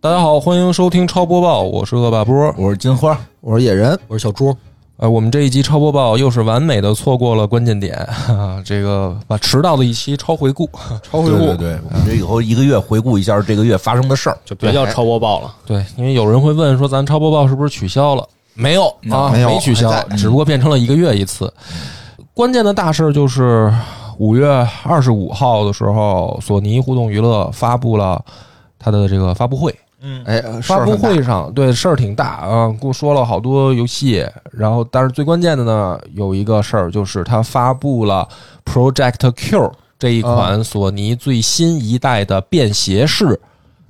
大家好，欢迎收听超播报，我是恶霸波。我是金花，我是野人，我是小朱，呃，我们这一集超播报又是完美的错过了关键点，啊、这个把迟到的一期超回顾，超回对顾，对对，我们这以后一个月回顾一下这个月发生的事儿。就别叫超播报了。对因为有人会问说咱超播报是不是取消了？没有啊，嗯没有取消还，嗯只不过变成了一个月一次。关键的大事儿就是五月二十五号的时候，索尼互动娱乐发布了它的这个发布会。哎，发布事儿很会上，对事儿挺大啊，跟我说了好多游戏，然后但是最关键的呢，有一个事儿就是它发布了 Project Q 这一啊款索尼最新一代的便携式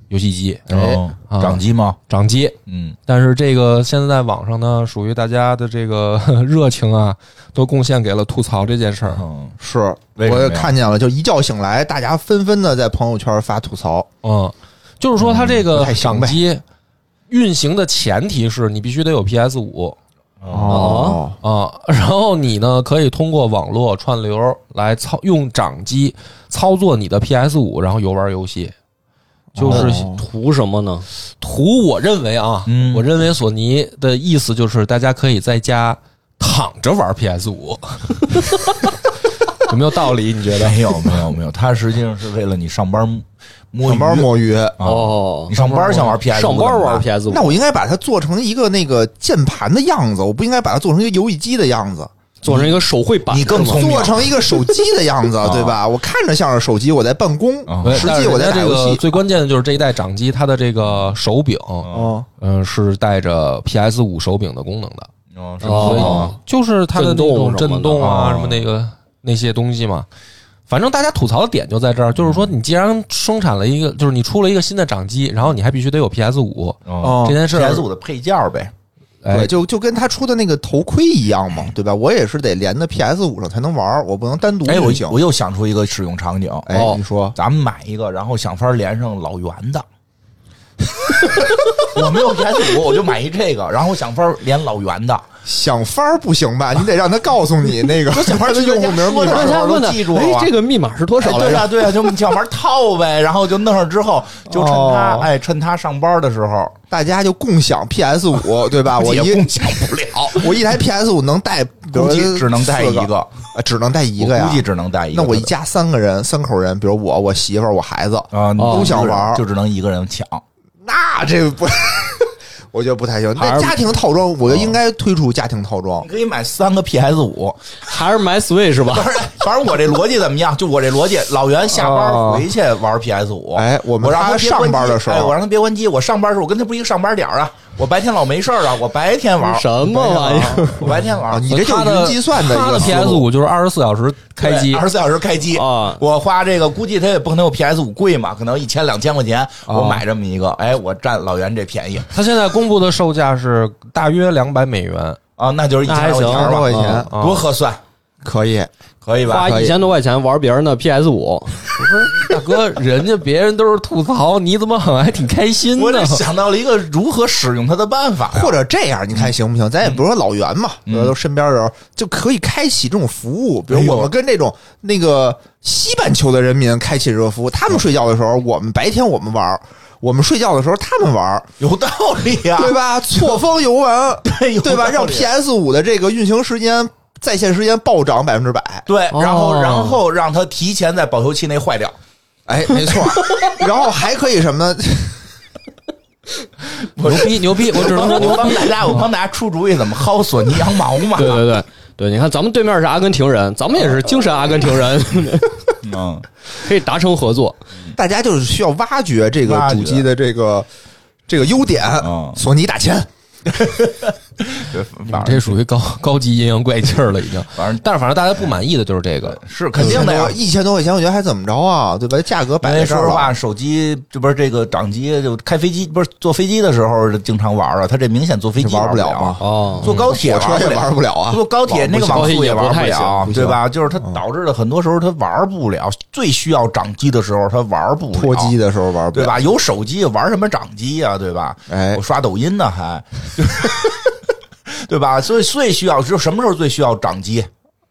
游戏机哦，啊掌机吗？掌机，嗯，但是这个现在在网上呢，属于大家的这个 呵呵热情啊，都贡献给了吐槽这件事儿。嗯为是，什么我呀也看见了，就一觉醒来，大家纷纷的在朋友圈发吐槽，嗯，就是说它这嗯不个太行掌呗机运行的前提是你必须得有 PS 五。哦，啊，然后你呢可以通过网络串流来操用掌机操作你的 PS 五，然后游玩游戏，就是哦图什么呢？图我认为啊，嗯我认为索尼的意思就是大家可以在家躺着玩 PS 五，有没有道理？你觉得？没有没有没有，他实际上是为了你上班摸哦上班鱼摸鱼。啊，哦你，上班想玩 PS，上班啊玩 PS 五那，我应该把它做成一个那个键盘的样子，我不应该把它做成一个游戏机的样子，做成一个手绘版，你更是吗聪明做成一个手机的 样子啊，对吧？我看着像是手机，我在办公啊，对实但际是我在人家打这游个戏。哦最关键的就是这一代掌机，它的这个手柄，哦，嗯、是带着 PS 五手柄的功能的，哦，是所以哦，就是它的那种震动什么的震动啊，哦什么那个那些东西嘛。反正大家吐槽的点就在这儿，就是说你既然生产了一个，就是你出了一个新的掌机，然后你还必须得有 PS 五哦这件事儿，PS 五的配件儿呗，哎对，就就跟他出的那个头盔一样嘛，对吧？我也是得连到 PS 五上才能玩，我不能单独哎，我运行。我又想出一个使用场景，哦哎，你说咱们买一个，然后想法连上老袁 的。我没有 PS 五，我就买一这个，然后想法连老袁的，想法儿不行 吧？你得让他告诉你那个想法儿的用户名密那码我。大家问的，记住了哎，这个密码是多哎少来对着？啊， 对啊，就你想玩套呗，然后就弄上之后，就趁他、哦哎，趁他上班的时候，大家就共享 PS 五，对吧？我也一共享不 了，我一台 PS 五能 带，估计只能带一四个，啊只能带一个我呀。估计只能带一个。那我一家三个人，三口人，比如我、我媳妇儿、我孩子，啊，你都就想是玩就只能一个人抢。那这不， 我觉得不太行。还那是家庭套装，啊我就应该推出家庭套装你。可以买三个 PS 五， 还是买 Switch 吧反？正反正我这逻辑怎么样？就我这逻辑，老袁下班回去玩 PS 五，哦哎我我们让他他别关上班的机时候哎我让他别关机。我上班的时候，我跟他不一个上班点儿啊，我白天老没事儿啊，我白天玩，什么玩意儿？我白天啊！玩，你这就它是云计算的一它个的思 PS 路五就是二十四小时开机二，十四小时开机啊我花这个估计它也不可能有 PS 五贵嘛，可能一千两千块钱，我买这么一个，哎，我占老袁这便宜它现在公布的售价是大约两百美元，啊，那就是一那还千行块二钱十块吧，钱啊多合算，可以。可以吧花？一千多块钱玩别人的 PS 五，不是大哥，人家别人都是吐槽，你怎么好像还挺开心我呢这？想到了一个如何使用它的办法 呀，或者这样，你嗯看行不行？咱也不是说老袁嘛，呃都身边人就可以开启这种服务，比哎如呦我们跟这种那个西半球的人民开启这个服务，他们睡觉的时候，我们白天我们玩儿，我们睡觉的时候他们玩儿，有道理呀，对 吧？错峰游玩，啊对有对吧？道理让 PS 五的这个运行时间在线时间暴涨百分之百，对，然后哦然后让它提前在保修期内坏掉，哎，没错。然后还可以什么呢？牛逼牛逼！我只能说我牛帮逼大家我帮大家出主意怎么薅索尼羊毛嘛，对对对对，你看咱们对面是阿根廷人，咱们也是精神阿根廷人，嗯，可以达成合作。大家就是需要挖掘这个挖掘主机的这个这个优点嗯，索尼打钱。对你反们正这属于高高级阴阳怪气儿了，已经。反正但是反正大家不满意的就是这个，是肯定的呀，一千多块钱，我觉得还怎么着啊？对吧？价格摆因为在这哎说儿实了话，，手机这不是这个掌机，就开飞机不是坐飞机的时候经常玩啊，它这明显坐飞机这玩不不了啊，哦，坐高铁火车也玩玩不不了。了啊。坐高铁那个网速也玩不了，行对吧？就是它导致了很多时候它玩不了，最需要掌机的时候它玩不了，脱机的时候玩不对了？吧？有手机玩什么掌机呀、对吧？哎我刷抖音呢还， 对吧？所以最需要就什么时候最需要掌机？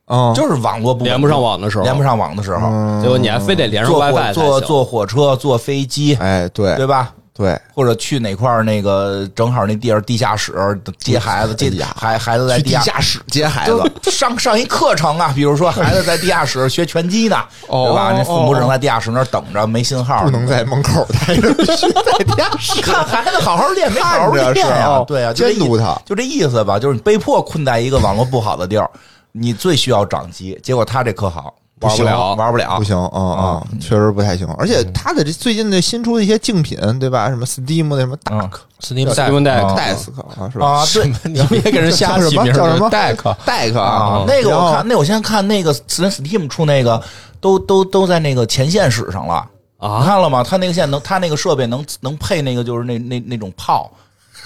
嗯，就是网络不稳定连 不上网的时候连不上网的时候，结果你还非得连上坐火 WiFi 才坐行。坐火车，坐飞机，哎，对，对吧？对，或者去哪块儿那个正好那地儿地下室接孩子，接孩孩子在哎去地下下室接孩子，就上上一课程啊，比如 说孩子在地下室学拳击呢，哦对吧？那父母哦正在地下室那儿等着，没信号，不能在门口 待着，必须在 地下室看 孩子好好练，没好好看着练是呀、啊哦对呀、就这监督他就这意思吧，就是你被迫困在一个网络不好的地儿，你最需要长级，结果他这可好，不玩行了，玩不了不，行啊啊，确实不太行。而嗯且它的这最近的新出的一些竞品，对吧？什么 Steam 的什么嗯， Steam 对不 Deck 对？啊 Desk 啊，是吧？啊，对。你别给人瞎叫起什么名儿叫什么 Deck Deck 啊啊，，那个然我后看，那我现在看那个 Steam 出那个，都都都在那个前线使上了啊你看了吗？他那个现在能，他那个设备能能配那个就是那那那种炮，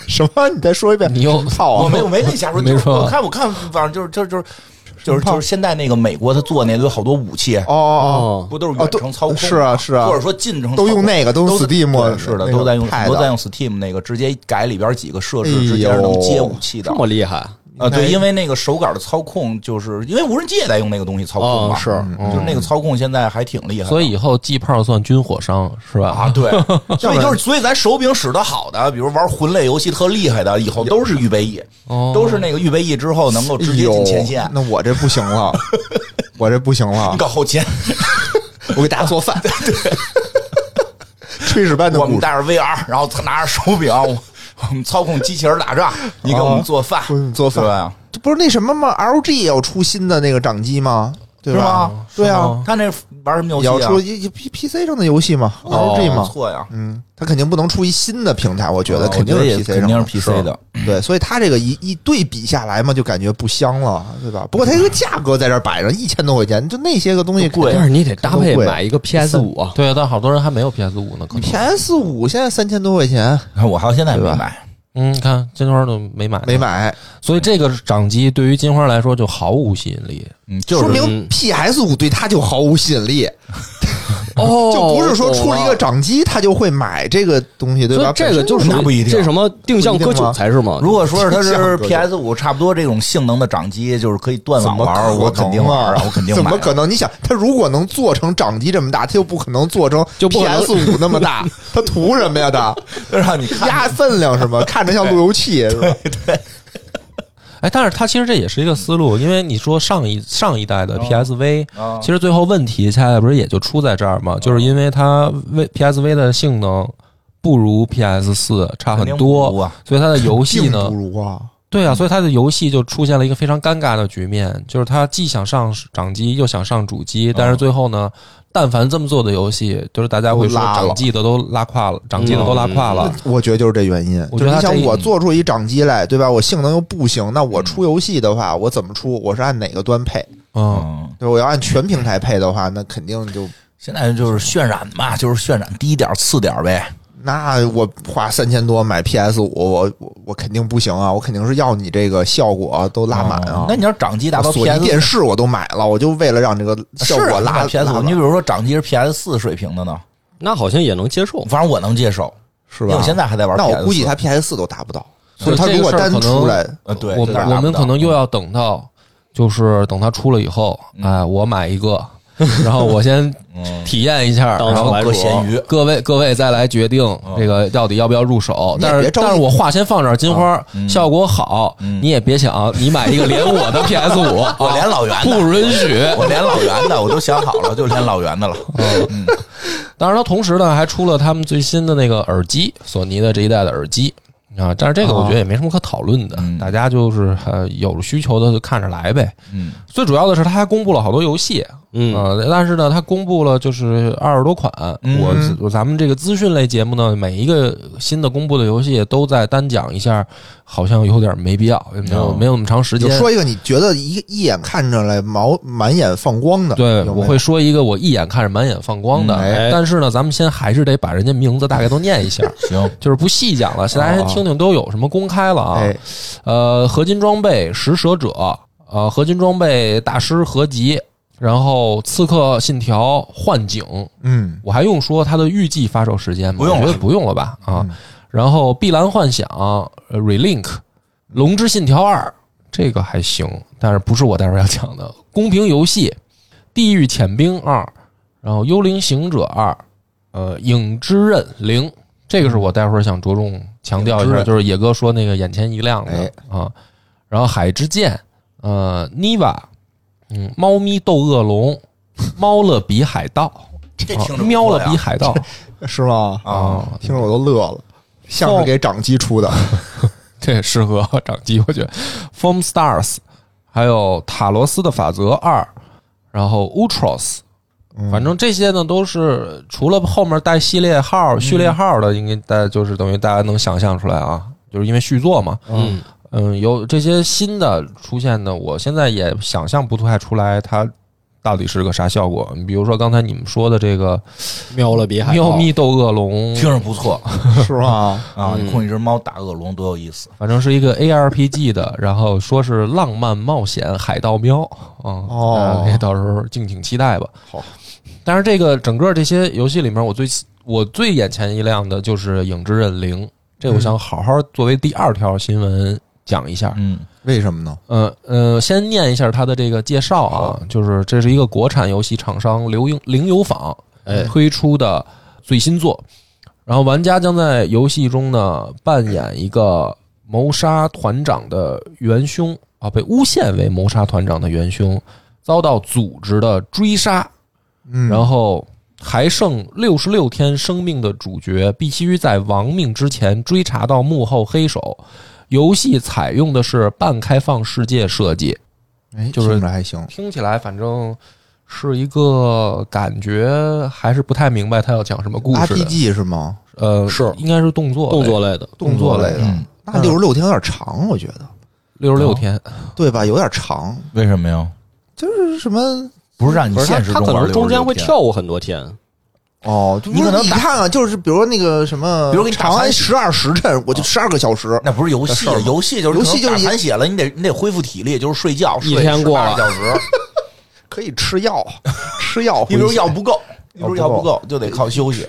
什么？你再说一遍，你又操我啊！没我没跟你瞎说，没就是说我看我看网上就是就是就是就是炮就是现在那个美国他做那都有好多武器，哦哦哦，不都是哦远都程操控吗、是啊是啊或者说近程哦，都用那个，都用都 Steam 对的是的，那个都在用，派都在的用 Steam 那个，直接改里边几个设置，哎直接呦能接武器的这。么厉害呃，应该对，因为那个手感的操控，就是因为无人机也在用那个东西操控嘛，哦是就是那个操控现在还挺厉害的。所以以后记炮算军火商是吧？啊，对，所以就是所以咱手柄使得好的，比如玩魂类游戏特厉害的，以后都是预备役，哦都是那个预备役之后能够直接进前线哎呦，那我这不行 了，我这不行了你，搞后勤。我给大家做 饭。炊事班的我们故事，带着 VR，然后他拿着手柄，我我们操控机器人打 仗，你给我们做饭，我给你做饭对吧？这不是那什么吗？LG 也要出新的那个掌机吗？对是吧吗？对啊，他那玩什么游也要戏啊哦出？一 P P C 上的游戏嘛，LG 不，E 嘛，错呀，嗯，哦它肯定不能出一新的平台，哦我觉得我肯定觉得也 P C 肯上定的嗯是 PC 的。对，所以它这个一一对比下来嘛，就感觉不香了，对吧？不过它这个价格在这儿摆着，一千多块钱，就那些个东西贵但是你得搭配都贵买一个 PS 五啊，对啊，但好多人还没有 PS 五呢，可能。 ，P S 五现在三千多块钱你看哎我到现在也没对吧买，嗯，你看金花都没买，没，买，所以这个掌机对于金花来说就毫无吸引力。嗯，就是说明 P S 五对它就毫无吸引力，哦就不是说出了一个涨，掌机他就会买这个东西，对所吧以？这个就本身是那不一定啊这什么定向割不一定吗韭菜是吗？如果说 是它这是样格局 PS 五差不多这种性能的掌机，就是可以断怎网么玩儿，可我肯定能玩啊儿啊，我肯定怎买么可能？你想，它如果能做成掌机这么大，它又不可能做成就不可能 PS 五那么大，它图什么呀？它 让你看压分量是吗？看着像路由器是吧？哎，但是它其实这也是一个思路，因为你说上一上一哦代的 PSV，、啊其实最后问题恰恰不是也就出在这儿吗？哦就是因为它 V PSV 的性能不如 PS 四差很肯定不如多啊，所以它的游戏 并呢不，如啊，对啊，所以它的游戏就出现了一个非常尴尬的局面，就是它既想上掌机，又想上主机，但是最后呢，但凡这么做的游戏，就是大家会都说拉了掌机的都拉胯了，掌机的都拉胯了。我觉得就是这原因。我觉得就是你它这想，一我做出一掌机来，对吧？我性能又不行，那我出游戏的话，我怎么出？我是按哪个端配？嗯，嗯，对吧，我要按全平台配的话，那肯定就现在就是渲染嘛，就是渲染低点儿次点儿呗。那我花三千多买 PS 五，我我我肯定不行啊！我肯定是要你这个效果都拉满哦啊。嗯那你要掌机达到我索尼 PS 电视我都买了，我就为了让这个效是果啊拉买 PS 拉五，满你比如说掌机是 PS 四水平的呢，那好像也能接受，反正我能接受，是因吧？为我现在还在玩 PS4。那我估计它 PS 四都达不到，所所以以这个它如果事儿单可能出来，呃，对，我们这点儿我达们不可到能又要等到，就是等它出了以后，哎，我买一个， 然后我先嗯体验一下，当然后来搁说咸鱼，各位各位再来决定这个到底要不要入手。你也但别是着急但是我话先放这儿，金花嗯效果好，你也别想你买一个连我的 PS 五，我 啊连老袁的，不允许。我连老袁的，我都想好了，就连老袁的了。嗯，当然，它同时呢还出了他们最新的那个耳机，索尼的这一代的耳机啊。但是这个我觉得也没什么可讨论的，嗯大家就是呃有需求的就看着来呗。嗯，最主要的是，它还公布了好多游戏，嗯呃但是呢，它公布了就是二十多款。嗯我我咱们这个资讯类节目呢，每一个新的公布的游戏都在单讲一下，好像有点没必要，也没有、嗯没有那么长时就间。说一个你觉得一一眼看上来毛满眼放光的，对有，没有我会说一个我一眼看着满眼放光的，嗯哎但是呢，咱们先还是得把人家名字大概都念一下， 行，就是不细讲了，大家先听听都有什么公开了啊。哦哎，呃，合金装备食蛇者，呃，合金装备大师合集，然后刺客信条幻景，嗯，我还用说它的预计发售时间吗？不用了嗯我觉得不用了吧啊。然后碧蓝幻想、呃 Relink、龙之信条二，这个还行，但是不是我待会儿要讲的。 公平游戏、地狱潜兵二，然后幽灵行者二，呃，影之刃零。这个是我待会儿想着重强调一嗯知下，道就是野哥说那个眼前一亮的、哎啊，然后海之剑，呃，Niva，嗯，猫咪斗恶龙， 猫了比海盗，这啊听着喵了比比海 盗是吗？啊，啊，听着我都乐了，像是给掌机出的。这也适合掌机，我觉得。Form Stars，还有塔罗斯的法则二，然后 Ultros，反嗯正这些呢都是除了后面带系列号、序列号的，应该大家就是等于大家能想象出来啊，就是因为续作嘛。嗯，嗯，有这些新的出现的，我现在也想象不太出来它到底是个啥效果。你比如说刚才你们说的这个喵了比海喵盗咪斗恶龙，听着不错 是吗？啊！嗯你控制一只猫打恶龙多有意思，反正是一个 ARPG 的，然后说是浪漫冒险海盗喵啊，嗯哦大家可以到时候敬请期待吧。好，但是这个整个这些游戏里面，我最我最眼前一亮的就是《影之刃零》，这嗯我想好好作为第二条新闻讲一下。嗯，为什么呢？呃呃，先念一下它的这个介绍啊，就是这是一个国产游戏厂商流影灵游坊哎推出的最新作，然后玩家将在游戏中呢扮演一个谋杀团长的元凶啊，被诬陷为谋杀团长的元凶，遭到组织的追杀，嗯，然后还剩六十六天生命的主角，必须在亡命之前追查到幕后黑手。游戏采用的是半开放世界设计，哎，就是听着还行。听起来反正是一个感觉还是不太明白他要讲什么故事的。 RPG 是吗？呃，是应该是动作类动作类的，动作类的嗯，那六十六天有点长，我觉得，六十六天，嗯对吧？有点长，为什么呀？就是什么不是让你不是他现实他中可玩能66中间会天，跳过很多天，哦，你可能不是你打看看，就是比如那个什么，比如给你打嗯长三安十十二时辰，我就十二个小时，那不是游戏那事儿，吗游戏就是游戏就是你可能打残血了，你得你得恢复体力，就是睡觉，一睡天过啊18了个小时，可以吃 药，吃药回你比血，如药不够，你比如药药不不够够就得靠休息。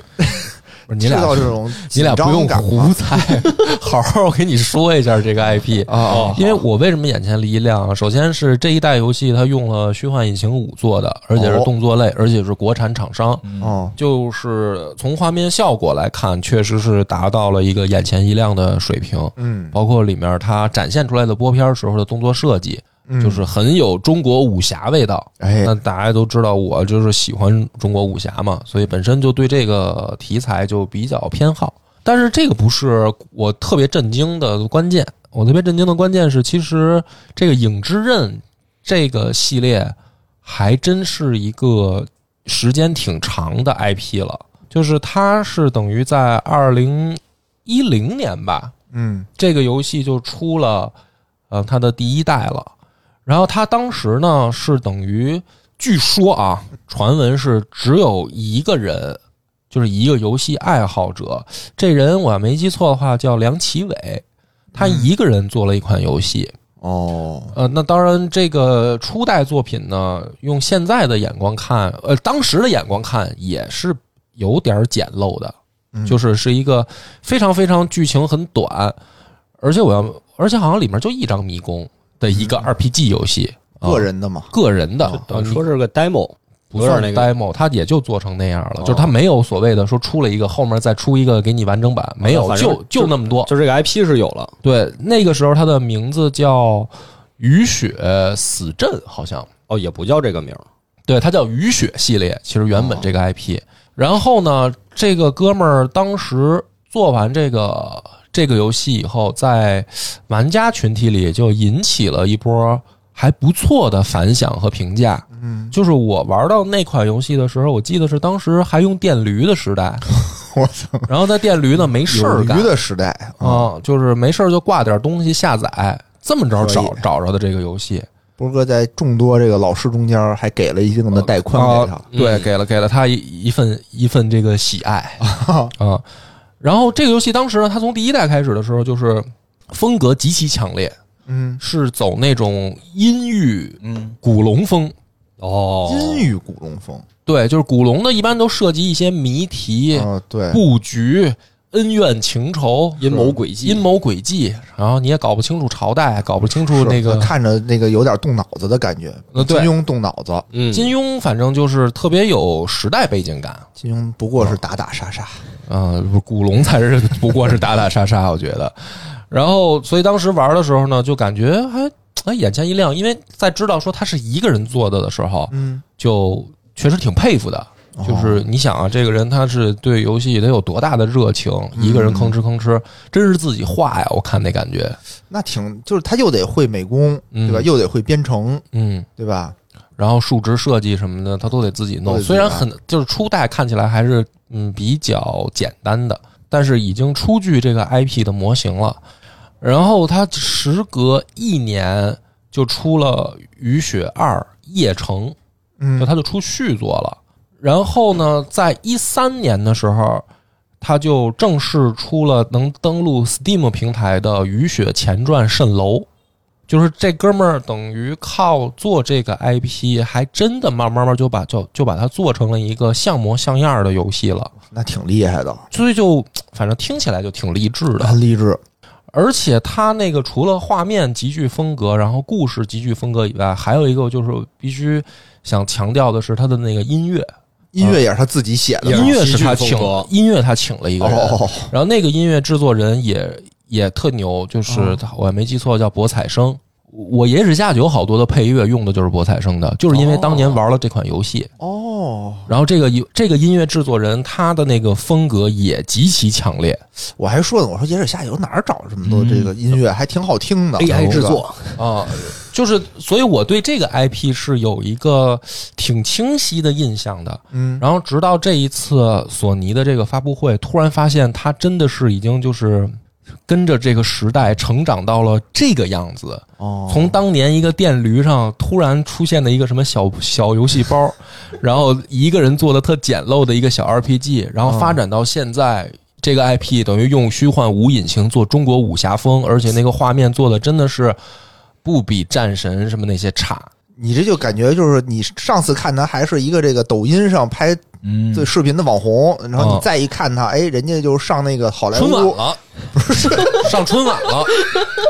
不是你制俩造这种你俩紧不用张感嘛胡猜， 好好给你说一下这个 IP 啊啊因为我为什么眼前一亮啊？首先是这一代游戏它用了虚幻引擎五做的，而且是哦动作类，而且是国产厂商。哦，就是从画面效果来看，确实是达到了一个眼前一亮的水平。嗯，包括里面它展现出来的播片时候的动作设计，嗯就是很有中国武侠味道。哎那大家都知道，我就是喜欢中国武侠嘛，所以本身就对这个题材就比较偏好。但是这个不是我特别震惊的关键，我特别震惊的关键是，其实这个《影之刃》这个系列还真是一个时间挺长的 IP 了，就是它是等于在二零一零年吧，嗯这个游戏就出了，呃，它的第一代了。然后它当时呢是等于，据说啊，传闻是只有一个人，就是一个游戏爱好者，这人我要没记错的话叫梁奇伟，他一个人做了一款游戏。哦，呃，那当然，这个初代作品呢，用现在的眼光看，呃，当时的眼光看也是有点儿简陋的，嗯就是是一个非常非常剧情很短，而且我要，而且好像里面就一张迷宫的一嗯个 RPG 游戏，啊个人的嘛，个人的，啊等于你说是个 demo，不算有点那个 demo，它也就做成那样了，哦就是它没有所谓的说出了一个后面再出一个给你完整版，没有，哦反正就就就那么多，就这个 IP 是有了，对，那个时候它的名字叫雨雪死阵，好像。哦，也不叫这个名儿，对，它叫雨雪系列，其实原本这个哦 IP。然后呢，这个哥们儿当时做完这个这个游戏以后，在玩家群体里就引起了一波还不错的反响和评价。嗯，就是我玩到那款游戏的时候，我记得是当时还用电驴的时代， 我操，然后在电驴呢没事有儿干鱼的时代啊，啊、就是没事儿就挂点东西下载，这么着可找以找着的这个游戏。波哥在众多这个老师中间还给了一定的带宽给他啊，对，嗯给了给了他一一份一份这个喜爱啊。然后这个游戏当时呢，它从第一代开始的时候就是风格极其强烈，嗯，是走那种阴郁 嗯，古龙风。哦，金玉古龙风对，就是古龙的，一般都涉及一些谜题、啊，对，布局、恩怨情仇、阴谋诡计阴谋诡计，然后你也搞不清楚朝代，搞不清楚是那 个看着那个有点动脑子的感觉，呃金嗯对庸动脑子，嗯，金庸，反正就是特别有时代背景感。金庸不过是打打杀杀，嗯、古龙才是不过是打打杀杀，我觉得。然后，所以当时玩的时候呢，就感觉还哎眼前一亮，因为在知道说他是一个人做的的时候，嗯，就确实挺佩服的。哦就是你想啊，这个人他是对游戏得有多大的热情，一个人吭哧吭哧，真是自己画呀！我看那感觉，那挺就是他又得会美工，嗯对吧？又得会编程，嗯，对吧？然后数值设计什么的，他都得自己都得弄。自己虽然来很就是初代看起来还是嗯比较简单的，但是已经初具这个 IP 的模型了。然后他时隔一年就出了《雨雪二夜城》，就嗯，他就出续作了。然后呢，在一三年的时候，他就正式出了能登录 Steam 平台的《雨雪前传蜃楼》，就是这哥们儿等于靠做这个 IP，还真的慢慢慢就把就就把它做成了一个像模像样的游戏了。那挺厉害的，所以就反正听起来就挺励志的。嗯很励志。而且它那个除了画面极具风格，然后故事极具风格以外，还有一个就是我必须想强调的是它的那个音乐，音乐也是他自己写的也吗，音乐是他戏剧请风格，音乐他请了一个人， 哦，然后那个音乐制作人也也特牛，就是哦他我也没记错叫博采生。我爷日下酒好多的配乐用的就是博采生的，就是因为当年玩了这款游戏。哦，然后这个游这个音乐制作人他的那个风格也极其强烈，我还说呢，我说野水下游哪儿找这么嗯多这个音乐，还挺好听的 AI 是制，吧作，啊，就是所以我对这个 IP 是有一个挺清晰的印象的。嗯，然后直到这一次索尼的这个发布会，突然发现它真的是已经就是跟着这个时代成长到了这个样子。哦，从当年一个电驴上突然出现的一个什么小小游戏包， 然后一个人做的特简陋的一个小 RPG，然后发展到现在。这个 IP 等于用虚幻无引擎做中国武侠风，而且那个画面做的真的是不比战神什么那些差。你这就感觉就是你上次看他还是一个这个抖音上拍嗯对视频的网红，然后哦你再一看他，哎，人家就上那个好莱春晚坞了， 上春晚了，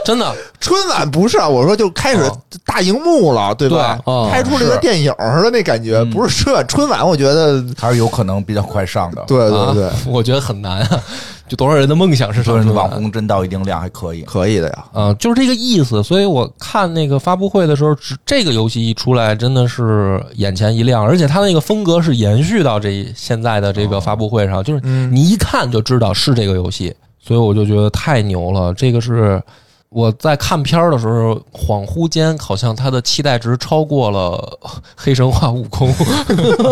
真的。春晚不是啊，我说就开始哦大荧幕了，对吧？对哦拍出这个是电影似的那感觉，不是春晚，春晚我觉得，还是有可能比较快上的。，对对对，啊， 我觉得很难啊。就多少人的梦想是说上是春晚网红真到一定量还可以。可以的呀，啊，就是这个意思。所以我看那个发布会的时候，只这个游戏一出来，真的是眼前一亮，而且它那个风格是延续到这一现在的这哦个发布会上，就是嗯你一看就知道是这个游戏，所以我就觉得太牛了。这个是我在看片儿的时候，恍惚间好像它的期待值超过了 《黑神话：悟空》，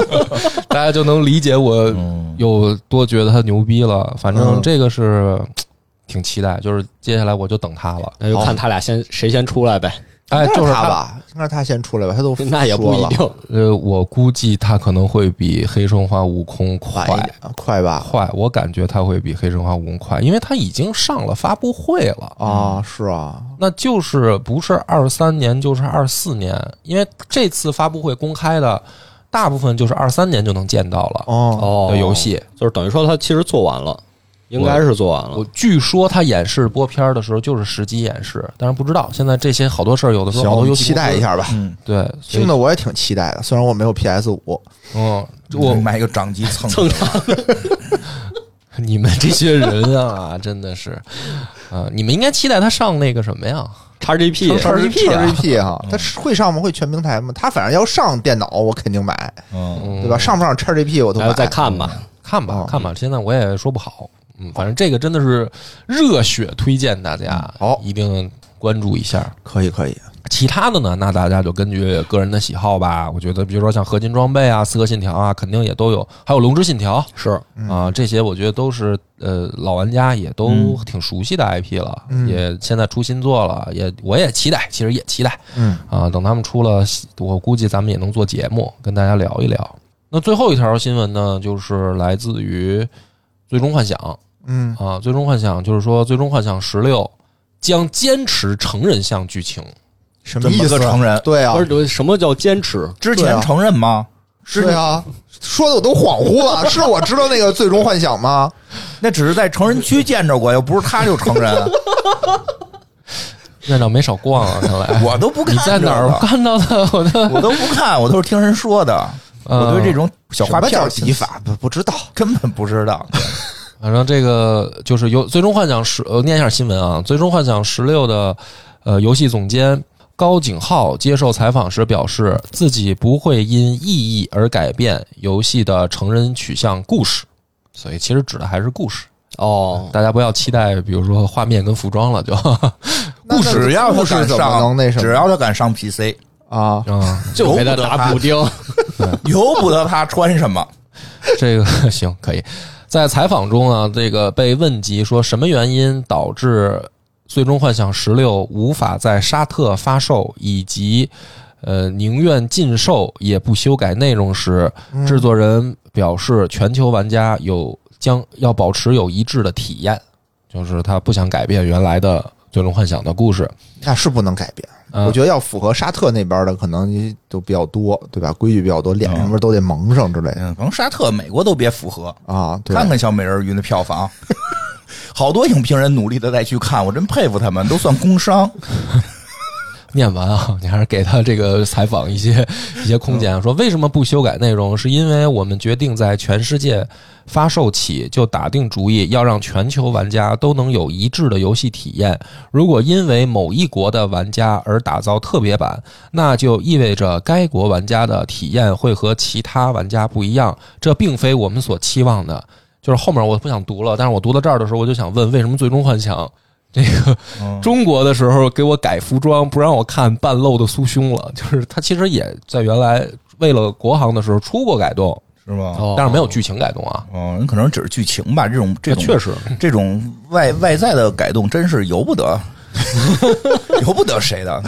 大家就能理解我嗯，有多觉得它牛逼了。反正嗯这个是。挺期待，就是接下来我就等它了。那就看他俩先谁先出来呗，哎，应该就是他。吧，应该是他先出来吧，他都那也不说一了定。呃，我估计他可能会比黑神话悟空快晚一点，快吧？快，我感觉他会比黑神话悟空快，因为他已经上了发布会了，啊，是啊，那就是不是二三年就是二四年，因为这次发布会公开的大部分就是二三年就能见到了哦，哦的游戏。就是等于说他其实做完了，应该是做完了我。据说他演示播片儿的时候就是实机演示，但是不知道现在这些好多事儿，哦有的时候行，好多我们游戏期待公司一。下吧。嗯，对，所以听的我也挺期待的，虽然我没有 PS 五，嗯，我买一个掌机蹭蹭， 你们这些人啊， 真的是，啊、你们应该期待他上那个什么呀？叉 GP 叉 GP 啊 GP 哈，它是会上吗？会全平台吗？它反正要上电脑，我肯定买，嗯，嗯对吧？上不上 x GP 我都还要买。再看吧。看吧哦，看吧，现在我也说不好。嗯，反正这个真的是热血推荐大家，嗯好一定关注一下。可以可以，其他的呢，那大家就根据个人的喜好吧。我觉得，比如说像合金装备啊、刺客信条啊，肯定也都有，还有龙之信条是，嗯啊，这些我觉得都是呃老玩家也都挺熟悉的 IP 了，嗯也现在出新作了，也我也期待，其实也期待。嗯，啊，等他们出了，我估计咱们也能做节目跟大家聊一聊。那最后一条新闻呢，就是来自于《最终幻想》嗯，啊，《最终幻想》就是说，《最终幻想十六》将坚持成人向剧情。什么怎意么个？思成人？对啊不，是什么叫坚持？之对啊前承认吗？对啊，说的我都恍惚了。是我知道那个最终幻想吗？那只是在成人区见着过，又不是他就成人， 院长没少逛啊，看来我都不看你在哪儿这个看到的？我的我都不看，我都是听人说的。嗯我对这种小什画么片叫儿洗法？不不知道。根本不知道。反正这个就是游《最终幻想十》呃，念一下新闻啊，《最终幻想十六》的呃游戏总监高景浩接受采访时表示，自己不会因意义而改变游戏的成人取向故事，所以其实指的还是故事。哦，大家不要期待，比如说画面跟服装了，就 那那只要他故事敢怎么上，能那什只么要他敢上 PC，啊？啊，就给他打补丁， 由不得他穿什么。 这个行可以。在采访中啊，这个被问及说什么原因导致《最终幻想十六》无法在沙特发售，以及呃宁愿禁售也不修改内容时，制作人表示，全球玩家有将要保持有一致的体验，就是他不想改变原来的《最终幻想》的故事。那是不能改变。嗯我觉得要符合沙特那边的，可能就比较多，对吧？规矩比较多，脸上面都得蒙上之类的嗯，可能沙特、美国都别符合，啊。对，看看小美人鱼的票房。 好多影评人努力的在去看，我真佩服他们，都算工伤。念完啊，你还是给他这个采访一些一些空间啊，说为什么不修改内容？是因为我们决定在全世界发售起就打定主意，要让全球玩家都能有一致的游戏体验。如果因为某一国的玩家而打造特别版，那就意味着该国玩家的体验会和其他玩家不一样，这并非我们所期望的。就是后面我不想读了，但是我读到这儿的时候，我就想问，为什么最终幻想这个嗯中国的时候给我改服装，不让我看半露的酥胸了？ 就是他其实也在原来为了国行的时候出过改动，是吗？哦但是没有剧情改动啊。嗯，可能只是剧情吧。这种这种啊 确实这种外外在的改动，真是由不得，由不得谁的。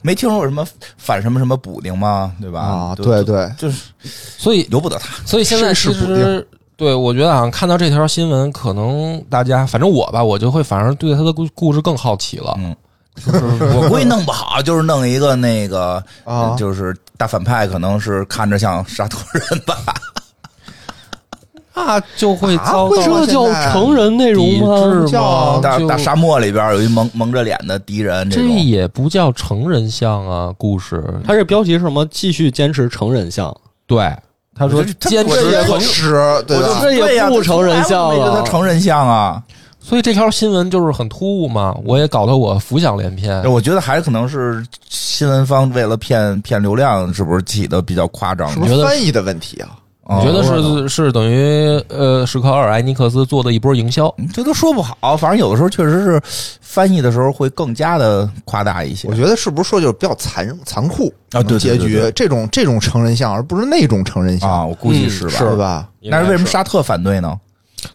没听说过什么反什么什么补丁吗？对吧？啊，就对，对，就是所以，由不得他。所以现在其是是不一实对我觉得啊，看到这条新闻，可能大家反正我吧，我就会反而对他的故故事更好奇了。嗯， 我估计弄不好就是弄一个那个啊就是大反派，可能是看着像沙特人吧。那嗯就会啊遭会到说这叫哦成人内容吗？抵制吗？叫大哦就大沙漠里边有一蒙蒙着脸的敌人，这种也不叫成人像啊，故事。他这标题是什么？继续坚持成人像，对他说这这坚我持这也也很不吃，对吧？这对也呀不成人像我没觉得啊了。成人像啊。所以这条新闻就是很突兀嘛，我也搞得我浮想联翩。哎我觉得还是可能是新闻方为了骗骗流量，是不是起的比较夸张是？我不觉是得翻译的问题啊？你觉得哦是是等于呃史克尔埃尼克斯做的一波营销？这都说不好，反正有的时候确实是翻译的时候会更加的夸大一些我。觉得是不是说就是比较残残酷啊对对结对局对这种这种成人像，而不是那种成人像，啊，我估计是吧。嗯是吧？但是为什么沙特反对呢？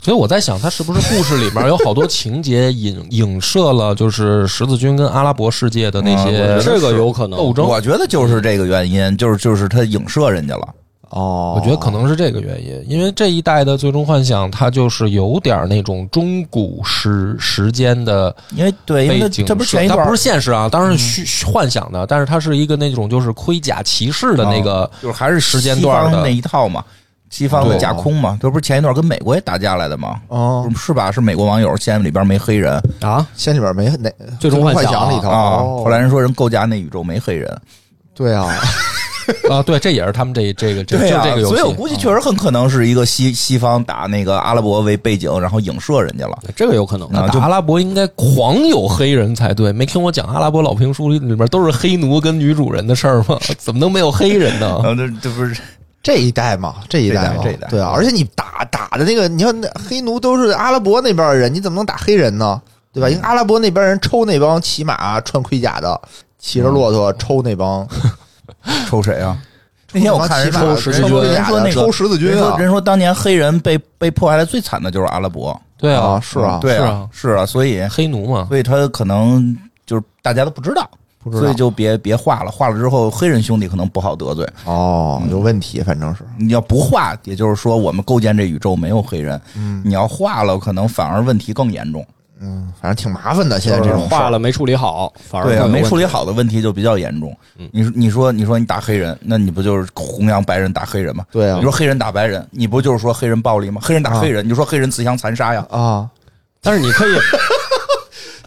所以我在想，他是不是故事里面有好多情节影 影射了，就是十字军跟阿拉伯世界的那啊我觉些得这个有可能斗争？我觉得就是这个原因，就是就是他影射人家了。哦，我觉得可能是这个原因，因为这一代的《最终幻想》，它就是有点那种中古时时间的因为对，因为背他景设，哎这不是前一它段嗯不是现实啊，当然是虚幻想的，但是它是一个那种就是盔甲骑士的啊那个，就是还是时间段的西方那一套嘛，西方的对架空嘛，这不是前一段跟美国也打架来的吗？哦，是吧？是美国网友嫌里边没黑人啊？先里边没哪最终幻幻想啊里头啊，哦后来人说人构架那宇宙没黑人，对啊， 啊，对，这也是他们这这个这就呀、啊这个游戏，啊所以我估计确实很可能是一个西西方打那个阿拉伯为背景，然后影射人家了。啊这个有可能。那 打阿拉伯应该狂有黑人才对，没听我讲阿拉伯老评书里面都是黑奴跟女主人的事儿吗？ 怎么能没有黑人呢？ 然后呃这这不是这一代嘛，这一代嘛，这一代这一代对啊，而且你打打的那个，你看那黑奴都是阿拉伯那边的人，你怎么能打黑人呢？对吧？因为阿拉伯那边人抽那帮骑马穿盔甲的，骑着骆驼抽那帮抽谁啊？那天我看人抽十字军人说那个抽十字军啊人说人说当年黑人被被迫害的最惨的就是阿拉伯，对啊，啊，是啊，对是啊啊，是啊，所以黑奴嘛，所以他可能就是大家都不知道，不知道所以就别别画了，画了之后黑人兄弟可能不好得罪。哦，有问题，反正是你要不画，也就是说我们构建这宇宙没有黑人，嗯，你要画了，可能反而问题更严重。嗯，反正挺麻烦的。现在这种事儿化了没处理好，反而对啊，会有没处问理题好的问题就比较严重。你说你说你说你打黑人，那你不就是弘扬白人打黑人吗？对啊你说黑人打白人，你不就是说黑人暴力吗？黑人打黑人，你就说黑人自相残杀呀，啊，但是你可以，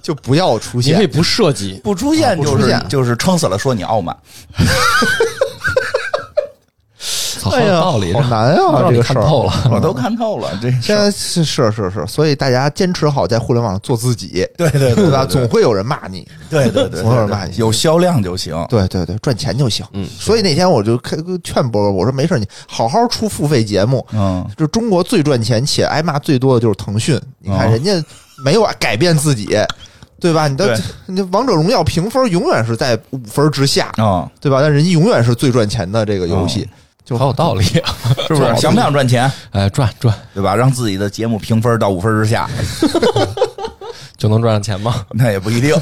就不要出你可以现。不涉 及，啊不出现就不出是、现就是撑死了说你傲慢，操，哎好有道理，好难啊让这你个看事儿透了。我都看透了。这现在是是是是，所以大家坚持好在互联网上做自己，对对对吧？总会有人骂你，对对对总有人骂对，你。有销量就行。对对对，赚钱就行。嗯所以那天我就开劝波哥，我说没事儿，你好好出付费节目，嗯，就中国最赚钱且挨骂最多的就是腾讯，你看哦人家没有改变自己，对吧？你的对 你的王者荣耀评分永远是在五分之下，啊、对吧？但人家永远是最赚钱的这个游戏，就好有道理啊！是不是想不想赚钱，哎，赚赚对吧？让自己的节目评分到五分之下，就能赚上钱吗？那也不 一定。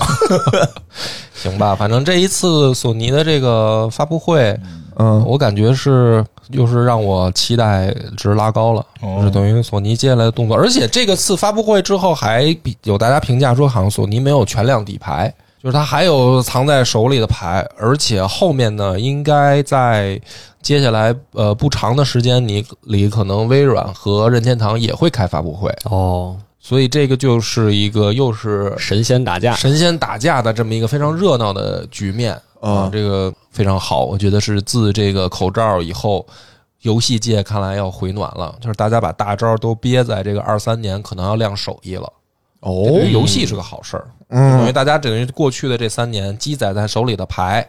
行吧，反正这一次索尼的这个发布会，哦嗯我感觉是又是让我期待值拉高了，哦就是等于索尼接下来的动作，而且这个次发布会之后还比有大家评价说，好像索尼没有全亮底牌，就是它还有藏在手里的牌，而且后面呢，应该在接下来呃不长的时间里里，可能微软和任天堂也会开发布会，哦，所以这个就是一个又是神仙打架，神仙打架的这么一个非常热闹的局面啊哦啊，这个非常好，我觉得是自这个口罩以后，游戏界看来要回暖了，就是大家把大招都憋在这个二三年，可能要亮手艺了。哦这对于游戏是个好事儿，等于嗯大家等于过去的这三年积攒在手里的牌。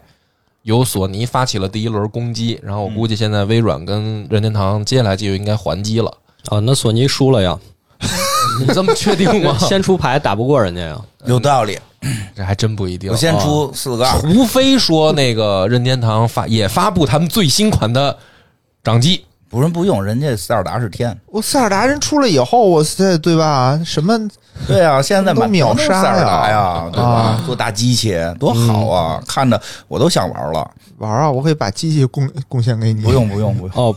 由索尼发起了第一轮攻击，然后我估计现在微软跟任天堂接下来就应该还击 了。啊，那索尼输了 呀，？你这么确定吗先出牌打不过人家呀，有道理，这还真不一定。我哦先出四个二，除非说那个任天堂发也发布他们最新款的掌机，不是不用，人家塞尔达是天。我塞尔达人出来以后，我塞对吧？什么对啊，现在都满秒屏都杀塞尔达呀呀，对吧？啊嗯做大机器多好啊，看着我都想玩 了。玩啊？我可以把机器贡贡献给你。不。用不用不用，哦，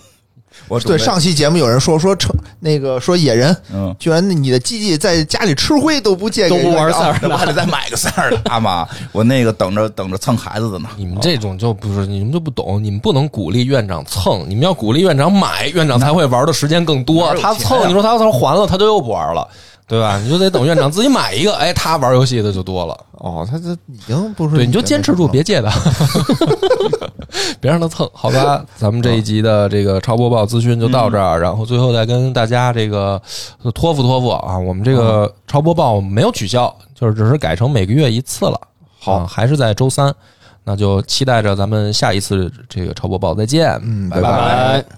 我 对，准备上期节目有人说说成那个说野人嗯，居然你的机器在家里吃灰都不借给都不人啊 家玩塞尔哎那我还达，得再买个塞尔达嘛。我那个等着等着蹭孩子的呢。你们这种就不是你们就不懂，你们不能鼓励院长蹭，你们要鼓励院长买，院长才会玩的时间更哪多。有钱他啊蹭，你说他他还了，他就又不玩了，对吧？你就得等院长自己买一个，哎，他玩游戏的就多了。哦，他这已经不是对，你就坚持住，别。别借他， 别让他蹭，好 吧？咱们这一集的这个超播报资讯就到这儿，然后最后再跟大家这个托付托付啊，我们这个超播报没有取消，就是只是改成每个月一次了，好啊还是在周三，那就期待着咱们下一次这个超播报再见，嗯拜拜 拜拜。